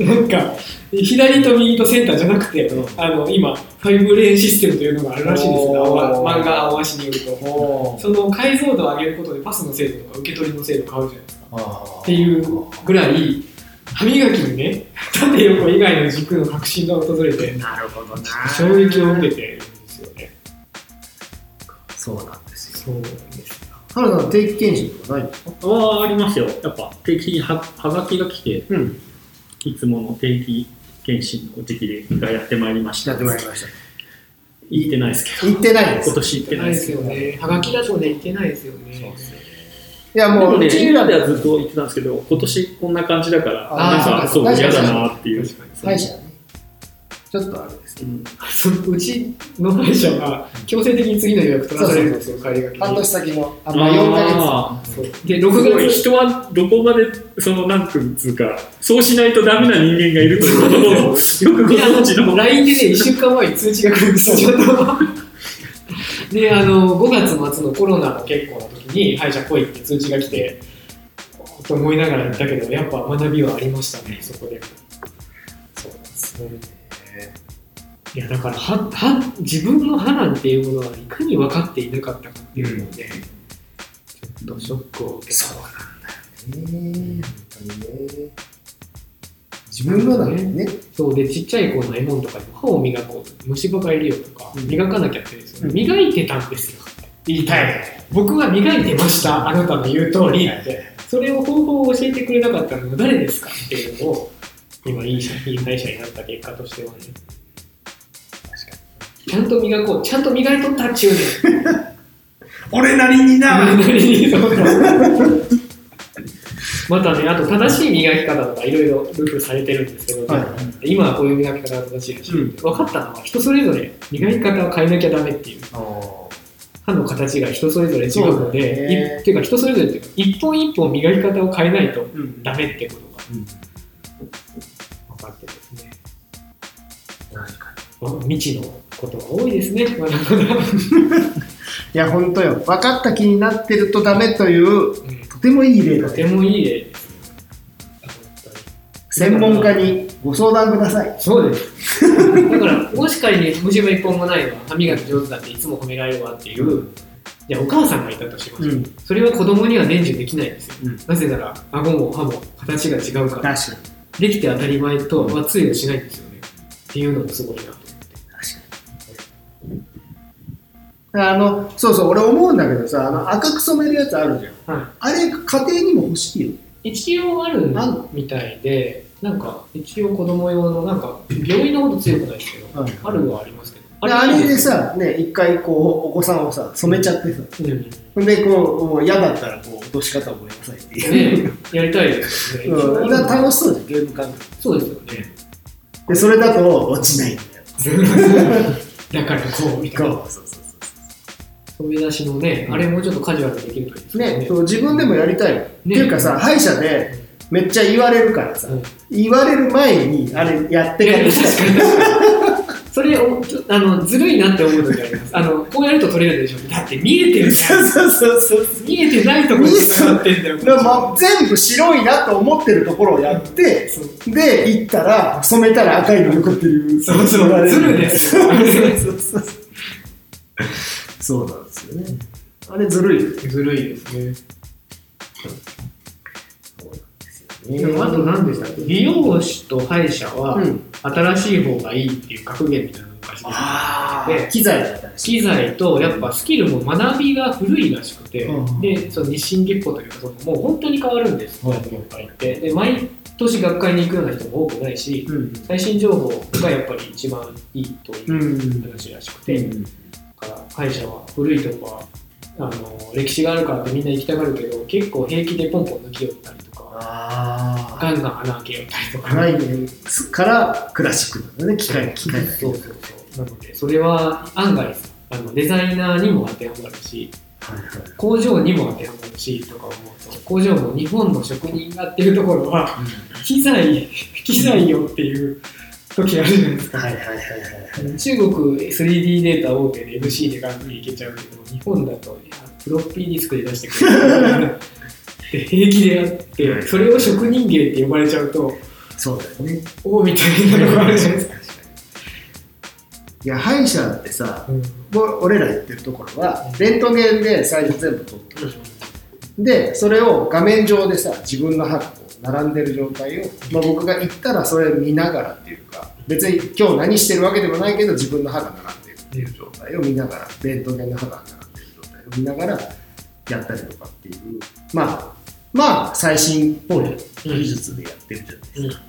Speaker 2: なんか左と右とセンターじゃなくて
Speaker 1: う
Speaker 2: あの今ファイブレーンシステムというのがあるらしいんですが
Speaker 1: おー
Speaker 2: 漫画青足によると
Speaker 1: に。おー
Speaker 2: その解像度を上げることでパスの精度とか受け取りの精度変わるじゃないですか
Speaker 1: あー
Speaker 2: っていうぐらい歯磨きにね縦横以外の軸の革新が訪れて
Speaker 1: なるほどな。
Speaker 2: 衝撃を受けてるんですよね
Speaker 1: そうなんですよ。
Speaker 2: そうなんです
Speaker 1: 原田さん、定期検診とかないの
Speaker 3: ああ、ありますよ。やっぱ定期的にははがきが来て、
Speaker 1: うん。
Speaker 3: いつもの定期検診の時期がやってまいりました。
Speaker 1: やってまいりました。
Speaker 3: 行ってないですけど。
Speaker 1: 行ってないです
Speaker 3: 今。年行って
Speaker 2: 行って
Speaker 3: な
Speaker 2: ないいです
Speaker 3: で
Speaker 2: す
Speaker 3: け
Speaker 2: よ
Speaker 3: ど。
Speaker 2: ねはがきだとねいけないですよね
Speaker 1: いや、
Speaker 3: で
Speaker 1: も
Speaker 3: も
Speaker 1: う、
Speaker 3: ね、
Speaker 1: うち
Speaker 3: 今
Speaker 1: ら
Speaker 3: まで
Speaker 1: で
Speaker 3: はずっと行ってたんですけど、今年こんな感じだから、
Speaker 1: あ
Speaker 3: なん
Speaker 2: ー
Speaker 3: か
Speaker 2: そ
Speaker 3: そうう、
Speaker 2: か
Speaker 3: 嫌だなっていう。
Speaker 2: 確かに
Speaker 1: 歯医者ね。ちょっとあれですけ
Speaker 3: う
Speaker 1: ど、
Speaker 3: ん
Speaker 2: そのうちの歯医者が強制的に次の予約取らされるんですよ帰りがけに
Speaker 1: 半年先の、あ、まあ、4ヶ
Speaker 3: あー
Speaker 2: そうで6
Speaker 3: すごい
Speaker 2: 月
Speaker 3: 人はどこまでそのなんていうかそうしないとダメな人間がいる ということをよくご
Speaker 2: いやあ
Speaker 3: 存知
Speaker 2: の
Speaker 3: の
Speaker 2: LINE でね、1週間前に通知が来るんですよ、 ちょっと。で、あの、5月末のコロナの結構の時に、歯医者来いって通知が来て、おーと思いながら行ったけど、やっぱ学びはありましたね、そこで。そうなんですね。いや、だから、歯、歯、自分の歯なんていうものはいかに分かっていなかったかっていうのをね、ちょっとショックを受けた。そう
Speaker 1: 月です。ねえ本当にね。自分のだもんね。
Speaker 2: そうでちっちゃい子の絵本とかでも歯を磨こうと虫歯がいるよとか、
Speaker 1: うん
Speaker 2: 磨かなきゃって言うんですよ、
Speaker 1: うん
Speaker 2: 磨いてたんですよ言いたい僕は磨いてましたあなたの言う通りってそれを方法を教えてくれなかったのは誰ですかっていうのを今いい社いい会社になった結果としてはねちゃんと磨こうちゃんと磨いとったっちゅうねん
Speaker 1: 俺なりに
Speaker 2: あんまりそうまたね、あと正しい磨き方とかいろいろルールされてるんですけど、
Speaker 1: はい
Speaker 2: 今はこういう磨き方が正しいらしい、
Speaker 1: うん
Speaker 2: 分かったのは人それぞれ磨き方を変えなきゃダメっていう歯の形が人それぞれ違うの
Speaker 1: そうだ
Speaker 2: で
Speaker 1: ね
Speaker 2: いっていうか人それぞれっていうか一本一本磨き方を変えないと
Speaker 1: うん。
Speaker 2: ダメってことが
Speaker 1: うん
Speaker 2: 分かってですねまあ未知のことが多いですね、まだまだ
Speaker 1: いや、本当よ。分かった気になってるとダメという、
Speaker 2: うん
Speaker 1: とてもいい例だ
Speaker 2: とて
Speaker 1: ね。
Speaker 2: もいい例ですよ本当に
Speaker 1: 専門家にご相談ください。
Speaker 2: そうです。だから、もし仮に虫歯一本もないわ、歯磨き上手だっていつも褒められるわっていう、じゃあお母さんがいたとします。
Speaker 1: ん。
Speaker 2: それは子供には伝授できないんですよ。
Speaker 1: うん
Speaker 2: なぜなら、顎も歯も形が違うか
Speaker 1: 確
Speaker 2: ら、
Speaker 1: かに。
Speaker 2: できて当たり前とは通用しないんですよね。っていうのもすごいなと思って。
Speaker 1: あの、そうそう、俺思うんだけどさ、あの、赤く染めるやつあるじゃん。
Speaker 2: は
Speaker 1: あれ、家庭にも欲しいよ。
Speaker 2: い、一応ある
Speaker 1: あん
Speaker 2: みたいで、なんか、一応子供用の、なんか、病院のほど強くないですけど、
Speaker 1: はい
Speaker 2: あるはありますけど。
Speaker 1: であれで
Speaker 2: です
Speaker 1: さ、ね、一回こう、お子さんをさ、染めちゃってさ、
Speaker 2: うん
Speaker 1: ほんで、こう、もう嫌だったら、こう、落とし方を覚えなさいっていう。
Speaker 2: ね、やりたいですよね。
Speaker 1: うん、今楽しそうじゃん、ゲーム感覚。
Speaker 2: そうですよね。
Speaker 1: で、それだと落ちないんだよ。
Speaker 2: だからこうみたいな。
Speaker 1: こうそうそう
Speaker 2: 飛び出しのね、あれもうちょっとカジュアルにできるといいで
Speaker 1: そ
Speaker 2: す
Speaker 1: う。ね、
Speaker 2: そ
Speaker 1: そうう自分でもやりたいもん。っていうかさ、歯医者でめっちゃ言われるからさ、
Speaker 2: うん
Speaker 1: 言われる前に、あれやって
Speaker 2: い
Speaker 1: か
Speaker 2: や
Speaker 1: ら
Speaker 2: 確かに確かに。それをちょあのずるいなって思う時あります。あのこうやると取れるでしょ。だって見えてるじゃ ん。
Speaker 1: そうそうそうそう。
Speaker 2: 見えてないところにかかってんだよ。
Speaker 1: だからまあ全部白いなと思ってるところをやって、
Speaker 2: そう
Speaker 1: で、行ったら、染めたら赤いの残ってる。
Speaker 2: そうそう
Speaker 1: 言われる
Speaker 2: ズルですよ
Speaker 1: そうそうそうそう。そうなんですよね。あれずるいよね。
Speaker 2: ずるいですね。
Speaker 1: ね
Speaker 2: でもあと何でしたっけ美容師と歯医者は
Speaker 1: うん。
Speaker 2: 新しい方がいいっていう格言みたいなのが昔出て
Speaker 1: あ
Speaker 2: で
Speaker 1: 機材だったり
Speaker 2: 機材とやっぱスキルも学びが古いらしくて、
Speaker 1: うん
Speaker 2: でその日進月歩というかそのもう本当に変わるんです、
Speaker 1: うん
Speaker 2: 業界ってで毎年学会に行くような人も多くないし
Speaker 1: うん。。
Speaker 2: 最新情報がやっぱり一番いいといううん話らしくて、だから会社は古いとかあの歴史があるからってみんな行きたがるけど結構平気でポンポン抜きよったりとか
Speaker 1: あ
Speaker 2: ガンガン穴開けよったりと
Speaker 1: あ。
Speaker 2: か
Speaker 1: ないね。からクラシックなんだね。機械、機械だけ
Speaker 2: そ
Speaker 1: ど
Speaker 2: うそうそうなのでそれは案外あのデザイナーにも当てはまるし
Speaker 1: はいはい
Speaker 2: 工場にも当てはまるしとか思うと工場も日本の職人がっていうところは機材機材よっていう時あるじゃないですか
Speaker 1: はいはいはいはいはい。
Speaker 2: 中国 3D データ大手で MC でガンガンいけちゃうけど日本だといやフロッピーディスクで出してくれるで平気でやってそれを職人芸って呼ばれちゃうと
Speaker 1: そうだよ ね。
Speaker 2: おおみたいなのがあるじゃないですか、
Speaker 1: いや、歯医者ってさ、
Speaker 2: うん
Speaker 1: ぼ俺ら言ってるところは、レントゲンで最初全部撮って、で、それを画面上でさ、自分の歯がこう並んでる状態を、まあ、僕が行ったらそれ見ながらっていうか、別に今日何してるわけでもないけど、自分の歯が並んでるっていう状態を見ながら、レントゲンの歯が並んでる状態を見ながらやったりとかっていう、まあ、まあ、最新っぽい技術でやってるじゃないですか。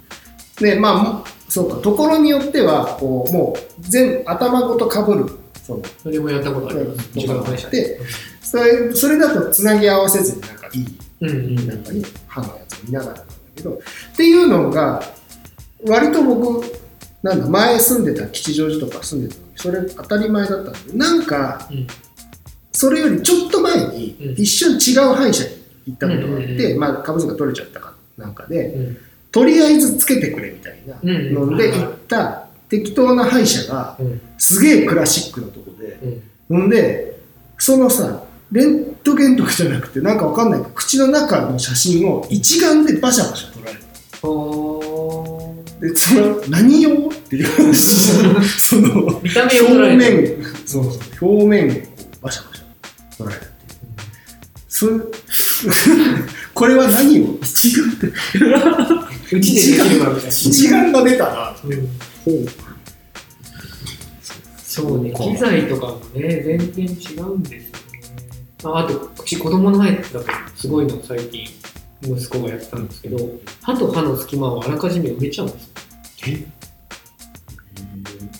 Speaker 1: で、まあも、そうか、ところによっては、こう、もう、全部頭ごとかぶる、その、
Speaker 2: それもやったことあります
Speaker 1: うん
Speaker 2: 違う会社
Speaker 1: でそれそれだとつなぎ合わせずになんかいい
Speaker 2: うんうん
Speaker 1: なんかね歯のやつを見ながらなんだけどっていうのが割と僕なんだ前住んでた吉祥寺とか住んでた時それ当たり前だったんでなんか
Speaker 2: うん
Speaker 1: それよりちょっと前に
Speaker 2: うん
Speaker 1: 一瞬違う歯医者に行ったことがあっ
Speaker 2: うんうん
Speaker 1: てまあ株式が取れちゃったかなんかで
Speaker 2: うん
Speaker 1: とりあえずつけてくれみたいな
Speaker 2: うんうん
Speaker 1: ので行った適当な歯医者が
Speaker 2: うん
Speaker 1: すげえクラシックなとこで。
Speaker 2: うん
Speaker 1: ほんで、そのさ、レントゲンとかじゃなくて、なんかわかんないけど、口の中の写真を一眼でバシャバシャ撮られた。
Speaker 2: おー
Speaker 1: で、その、何用っていう話その、
Speaker 2: 見た目を
Speaker 1: 表
Speaker 2: 捉えてる
Speaker 1: 面、そうそう、表面をこうバシャバシャ撮られたっていう。それ これは何を一眼って、
Speaker 2: うちでできるわみたいな。
Speaker 1: 一眼が出たな。
Speaker 2: そうね、機材とかもね、全然違うんですよね。ああと、私、子供の前だと、すごいの最近、息子がやってたんですけど、歯と歯の隙間をあらかじめ埋めちゃうんですよ。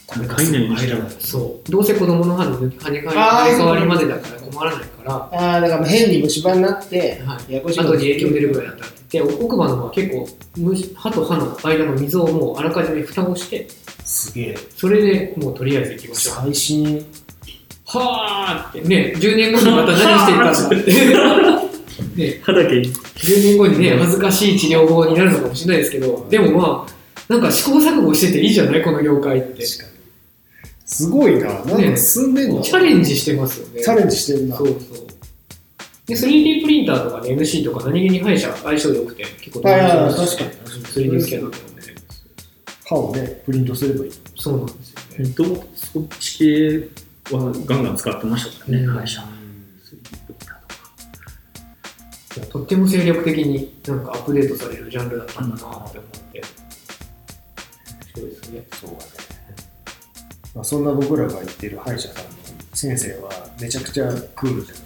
Speaker 3: これ入んないようにしちゃう
Speaker 2: そう。どうせ子供の歯の抜き、跳ね替え
Speaker 1: あー
Speaker 2: 生え変わりまでだから困らないから、は
Speaker 1: ああ、だから変に虫歯になって
Speaker 2: い。
Speaker 1: やこ
Speaker 2: 後に影響出るぐらいだったらって言って、奥歯の方は結構、虫歯と歯の間の溝をもうあらかじめ蓋をして、
Speaker 1: すげえ。
Speaker 2: それでもうとりあえず行きましょう。
Speaker 1: 最新。
Speaker 2: はーってね、10年後にまた何してたんだって。ね、
Speaker 3: 歯だけ
Speaker 2: 10年後にね、恥ずかしい治療法になるのかもしれないですけど、でもまあ、なんか試行錯誤してていいじゃないこの業界って。チ
Speaker 1: 確かに。すごいな。なんか進んでんの、
Speaker 2: ャレンジしてますよね。
Speaker 1: チャレンジしてるな。
Speaker 2: そうそう。で、3D プリンターとかね、NC とか何気に歯医者相性良くて、結構
Speaker 1: はいはいはい
Speaker 2: 楽しい
Speaker 1: 確
Speaker 2: ですよ 3D スキャンだったので。
Speaker 1: 歯をね、プリントすればいい。
Speaker 2: そうなんですよね。
Speaker 3: もともとそっち系はガンガン使ってましたからね、
Speaker 2: うん
Speaker 3: 会社。
Speaker 2: とっても精力的になんかアップデートされるジャンルだったんだなって思って。そうですね。
Speaker 1: そうだね。まあ、そんな僕らが言ってる歯医者さんの先生は、めちゃくちゃクールじゃない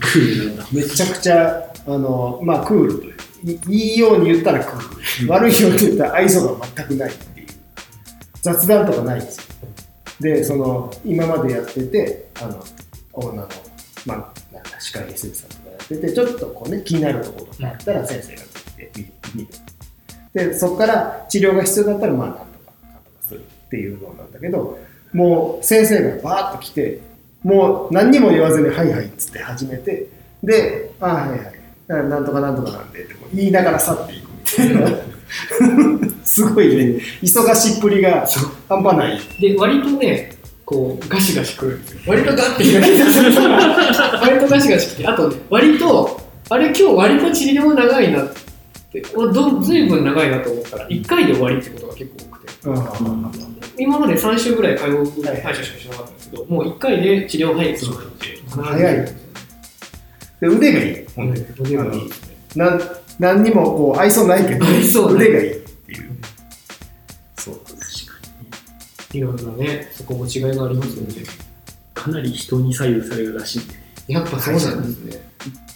Speaker 3: クールなんだ。
Speaker 1: めちゃくちゃ、あの、まあ、クールという。いいいように言ったらクール。悪いように言ったら愛想が全くないっていう。雑談とかないんですよ。で、その、今までやってて、あの、女の、まあ、なんか歯科衛生士さんとかやってて、ちょっとこうね、気になるところとかあったら先生が来て見る。で、そこから治療が必要だったら、まあ、なんとか、なんとかするっていうのなんだけど、もう先生がバーッと来て、もう何にも言わずに、はいはいっつって始めて、で、あはいはい、ななんとかなんとかなんでってこう言いながら去っていくみたいな。 すごいね、忙しっぷりが半端ない。
Speaker 2: で、割とね、こう、ガシガシくるんですよ。割とガッて言われて割とガシガシ来て、あとね、割と、あれ、今日割と治療長いなって、おどずいぶん長いなと思ったら、1回で終わりってことが結構多くて、
Speaker 1: うん
Speaker 3: ん
Speaker 2: 今まで3週ぐらい通う歯医者しかしなかったんですけど、もう1回で治療入ってしまうっていう、
Speaker 1: 早い
Speaker 2: 必ず
Speaker 1: で腕がいい。
Speaker 2: うん
Speaker 1: 本当に
Speaker 2: 腕がいいですね。
Speaker 1: なん何にもこう愛想ないけど
Speaker 2: 愛想ない
Speaker 1: 腕がいいっていう。そう
Speaker 2: いろんなね、そこも違いがありますよね。
Speaker 3: かなり人に左右されるらしいんで、
Speaker 2: やっぱそうなんですね。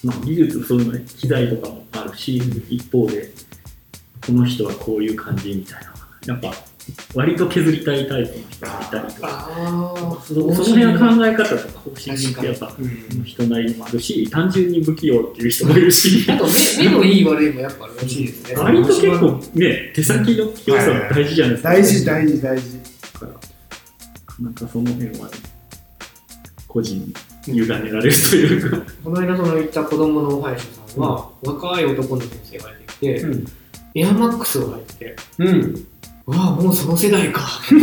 Speaker 3: まあ、技術そういうのね機材とかもあるし、一方でこの人はこういう感じみたいなやっぱ割と削りたいタイプの人がいたりと
Speaker 2: あ
Speaker 3: か
Speaker 2: あ、
Speaker 3: そのその辺は考え方とか方針ってやっぱ
Speaker 2: うん
Speaker 3: 人なりにもあるし単純に不器用っていう人もいるし
Speaker 2: あと目目のいい悪いもやっぱあるらしいですね。
Speaker 3: 割と結構ね手先の器用さは大事じゃないですか、
Speaker 1: 大事大事大事。
Speaker 3: からなんかその辺はね個人に委ねられるというか
Speaker 2: この間その行った子供のお歯医者さんは、若い男の先生がいてきて、
Speaker 1: ん。
Speaker 2: エアマックスを履いてて、
Speaker 1: うん。
Speaker 2: うわあ、もうその世代か。 下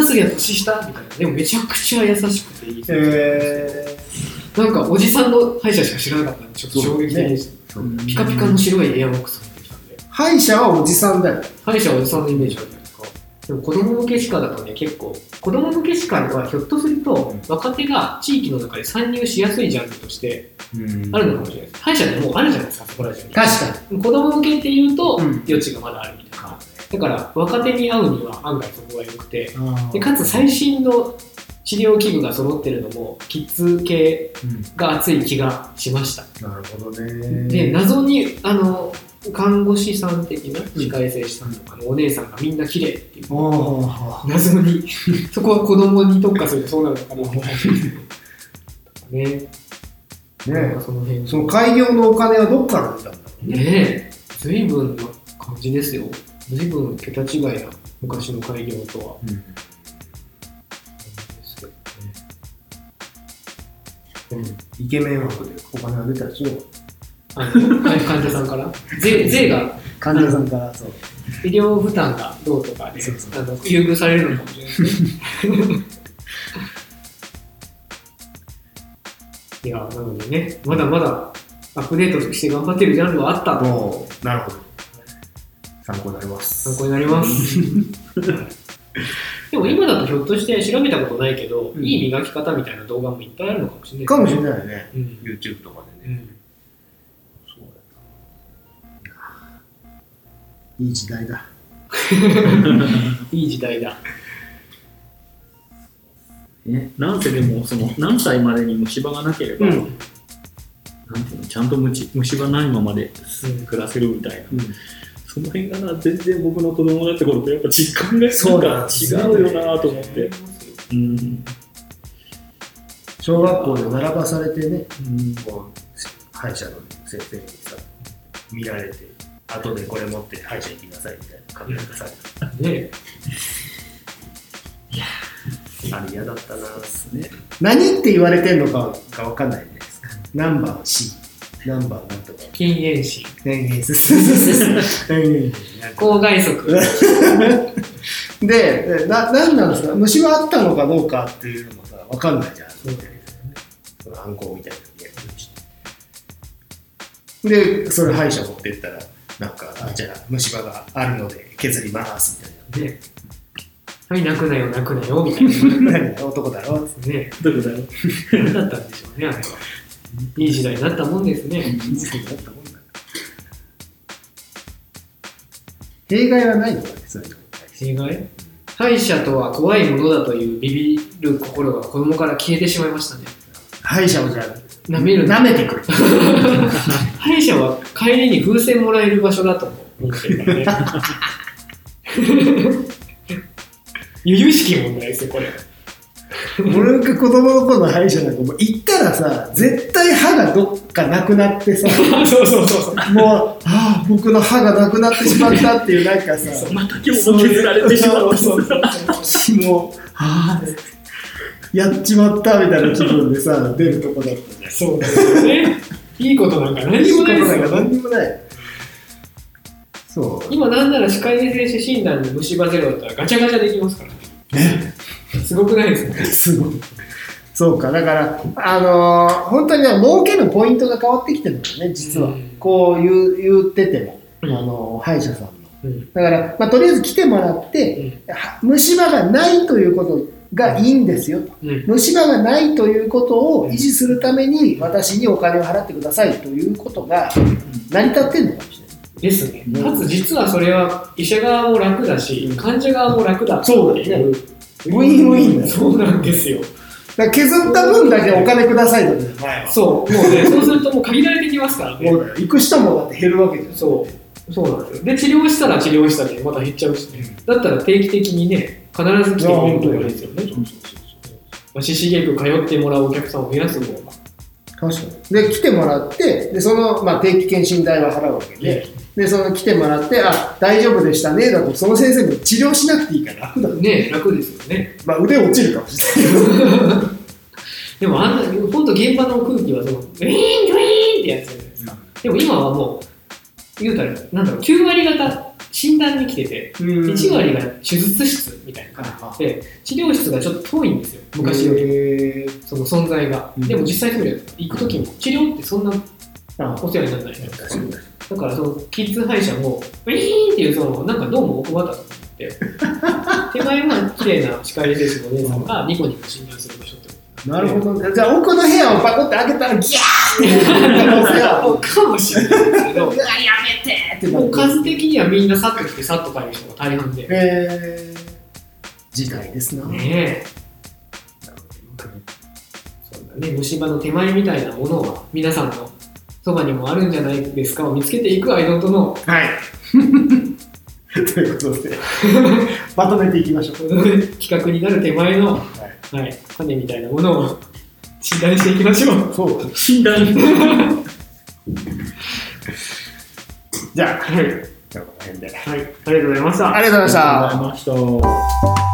Speaker 2: 手すりゃ年下みたいな。でもめちゃくちゃ優しくていい。
Speaker 1: え
Speaker 2: なんかおじさんの歯医者しか知らなかったんで、ちょっと衝撃的でした。ピカピカの白いエアマックスを履いてきたんで、
Speaker 1: ー、歯医者はおじさんだよ。
Speaker 2: 歯医者はおじさんのイメージあるじゃないですか。でも子供向け歯科だとね、結構、子供向け歯科はひょっとすると、若手が地域の中で参入しやすいジャンルとしてあるのかもしれないです。歯医者ってもうあるじゃないですか、そこら中に。
Speaker 1: 確か
Speaker 2: 子供向けっていうと、
Speaker 1: うん
Speaker 2: 余地がまだあるみたいな。だから、若手に会うには案外そこが良くて、で
Speaker 1: に。
Speaker 2: かつ最新の治療器具が揃ってるのも、キッズ系が熱い気がしました。
Speaker 1: なるほど
Speaker 2: で、
Speaker 1: ね。
Speaker 2: 謎に、あの、看護師さん的な、歯科衛生士さんとかのお姉さんがみんな綺麗っていう。
Speaker 1: おー
Speaker 2: 謎に、そこは子供に特化するとそうなのかなと思うんですけど。ね、なん
Speaker 1: ね
Speaker 2: かその辺
Speaker 1: その開業のお金はどっから出たんだろうね。
Speaker 2: ねえ、随分な感じですよ。随分桁違いな昔の開業とは。
Speaker 1: イケメン枠でお金が出たでしょ。
Speaker 2: あの患患者さんから 税税が
Speaker 1: 患者さんからそう。
Speaker 2: 医療負担がどうとかで
Speaker 1: そうそう
Speaker 2: あの優遇されるのかもしれないですね。 いやなのでねまだまだアップデートして頑張ってるジャンルはあったと
Speaker 1: おーなるほど。参考になります。
Speaker 2: 参考にな ります。でも今だとひょっとして調べたことないけど、
Speaker 1: うん
Speaker 2: いい磨き方みたいな動画もいっぱいあるのかもしれない。
Speaker 1: かもしれないよね。
Speaker 2: うん
Speaker 1: YouTube とかで
Speaker 2: う。ん
Speaker 1: そうだないい時代だ。
Speaker 2: いい時代だ。
Speaker 3: ね、なんせでもその何歳までに虫歯がなければ、
Speaker 1: うん
Speaker 3: なんていうのちゃんと虫虫歯ないままで暮らせるみたいな、その辺がな全然僕の子供だった頃とやっぱ実感が
Speaker 1: そうだ
Speaker 3: なんか違うよなと思って、うんうん
Speaker 1: 小学校で並ばされてね、こう歯医者の先生にさ、見られて、後でこれ持って歯医者行きなさいみたいな感じがさ、
Speaker 2: ね
Speaker 1: あれ嫌だったな。
Speaker 3: ですね
Speaker 1: 何って言われてんのかが分かんないじゃないですか。何番 C、何番なんとか。
Speaker 2: 禁煙心、
Speaker 1: 何々です。何々です
Speaker 2: 口外速、
Speaker 1: で、な、なんなんですか虫はあったのかどうかっていうのもさ、わかんないじゃん。
Speaker 2: う
Speaker 1: その犯行みたいなで、それ歯医者持ってったら、なんか、あじゃあ虫歯があるので削ります
Speaker 2: ねはい、泣くなよ、泣くなよ、みたいな。
Speaker 1: みたいな。何男だろっつって
Speaker 2: ね
Speaker 3: どういうことだろう
Speaker 2: 何だったんでしょうね、あれは。いい時代になったもんですね。
Speaker 1: そうだったもんだ弊害はないのかね、そういうのに対して
Speaker 2: 弊害歯医者とは怖いものだというビビる心が子供から消えてしまいましたね。
Speaker 1: 歯医者をじゃあ、
Speaker 2: 舐めるな
Speaker 1: 舐めてくる。
Speaker 2: 歯医者は帰りに風船もらえる場所だと 思ってるからね。由々しき問題ですよ、これ。
Speaker 1: 俺が子供の頃の歯医者なんかもう行ったらさ絶対歯がどっかなくなってさ
Speaker 2: そうそうそうそう。
Speaker 1: もうああ僕の歯がなくなってしまったっていうなんかさ
Speaker 3: また今日も削られてしまった
Speaker 1: そうそうもうああ やっちまったみたいな気分でさ出るとこだったじゃん
Speaker 2: そうですよね。いいことなんか何にもないで
Speaker 1: い
Speaker 2: す
Speaker 1: いことなんか
Speaker 2: よ。
Speaker 1: 何にもないそ
Speaker 2: 今なんなら歯科衛生士診断に虫歯ゼロだったらガチャガチャできますからね。すごくないです
Speaker 1: う
Speaker 2: か
Speaker 1: すごい そうかだからあのー本当にね儲けるポイントが変わってきてるんだよね実は、
Speaker 2: うん
Speaker 1: こう言う言ってても、
Speaker 2: うん
Speaker 1: あのー歯医者さんの
Speaker 2: うん。
Speaker 1: だから、まあ、とりあえず来てもらって、
Speaker 2: うん
Speaker 1: は虫歯がないということがいいんですよ
Speaker 2: うん。
Speaker 1: 虫歯がないということを維持するために私にお金を払ってくださいということが成り立ってるのかもしれない
Speaker 2: ですね。
Speaker 3: うん
Speaker 2: かつ実はそれは医者側も楽だし、患者側も楽だってい
Speaker 1: そうだよ
Speaker 2: う。
Speaker 1: ウィンウィンだよ
Speaker 2: そうなんですよ。
Speaker 1: だから削った分だけお金くださいのじゃないわ
Speaker 2: そう。もうね、そうするともう限られてきますからね。
Speaker 1: もう行く人もだって減るわけじゃん
Speaker 2: そう。そうなんですよ。で、治療したら治療したで、また減っちゃうしね。だったら定期的にね、必ず来てくれるところですよね。
Speaker 3: そうそうそう
Speaker 2: まあ、ししげく通ってもらうお客さんを増やす方が。
Speaker 1: 確かにで来てもらってでその、まあ、定期検診代は払うわけで,、でその来てもらってあ大丈夫でしたねだとその先生も治療しなくていいから楽だ、
Speaker 2: ね楽ですよね。
Speaker 1: まあ、腕落ちるかもしれない
Speaker 2: でもあんな、ほんと現場の空気はその、ウィーン、ウィーンってやつじゃないですか。でも今はもう、言うたら、なんだろう、9割方診断に来てて、
Speaker 1: けど
Speaker 2: 1割が手術室みたいな感じで、治療室がちょっと遠いんですよ、昔より。
Speaker 1: へー
Speaker 2: その存在が。
Speaker 3: うん
Speaker 2: でも実際そうじゃないですか行くときも、治療ってそんな
Speaker 1: あ
Speaker 2: お世話にならないじゃないですか。
Speaker 3: そうそう
Speaker 2: だからそのキッズ歯医者もウィーンっていうそのなんかどうも奥まったと思って 手前は綺麗な歯科衛生士のお姉さんがニコニコ診断する場所ってこと
Speaker 1: なるほどねじゃあ奥の部屋をパコって開けたらギャーっていう可能性はある
Speaker 2: かもしれないですけど
Speaker 1: うわやめてーってな
Speaker 2: もう
Speaker 1: って
Speaker 2: 数的にはみんなさっと来てさっと帰る人が大半でね
Speaker 1: えー、時代ですな、
Speaker 2: えそうだね虫歯の手前みたいなものは皆さんのそばにもあるんじゃないですかを見つけていくアイドルとの
Speaker 1: はい ということ でまとめていきましょう
Speaker 2: 企画になる手前の、はい種みたいなものを診断していきましょう。
Speaker 1: そう
Speaker 3: 診断
Speaker 1: じゃあ
Speaker 2: はい、
Speaker 1: 今日はこの辺で
Speaker 2: はい、ありがとうございました。
Speaker 1: ありがとうございました
Speaker 3: ありがとうございました。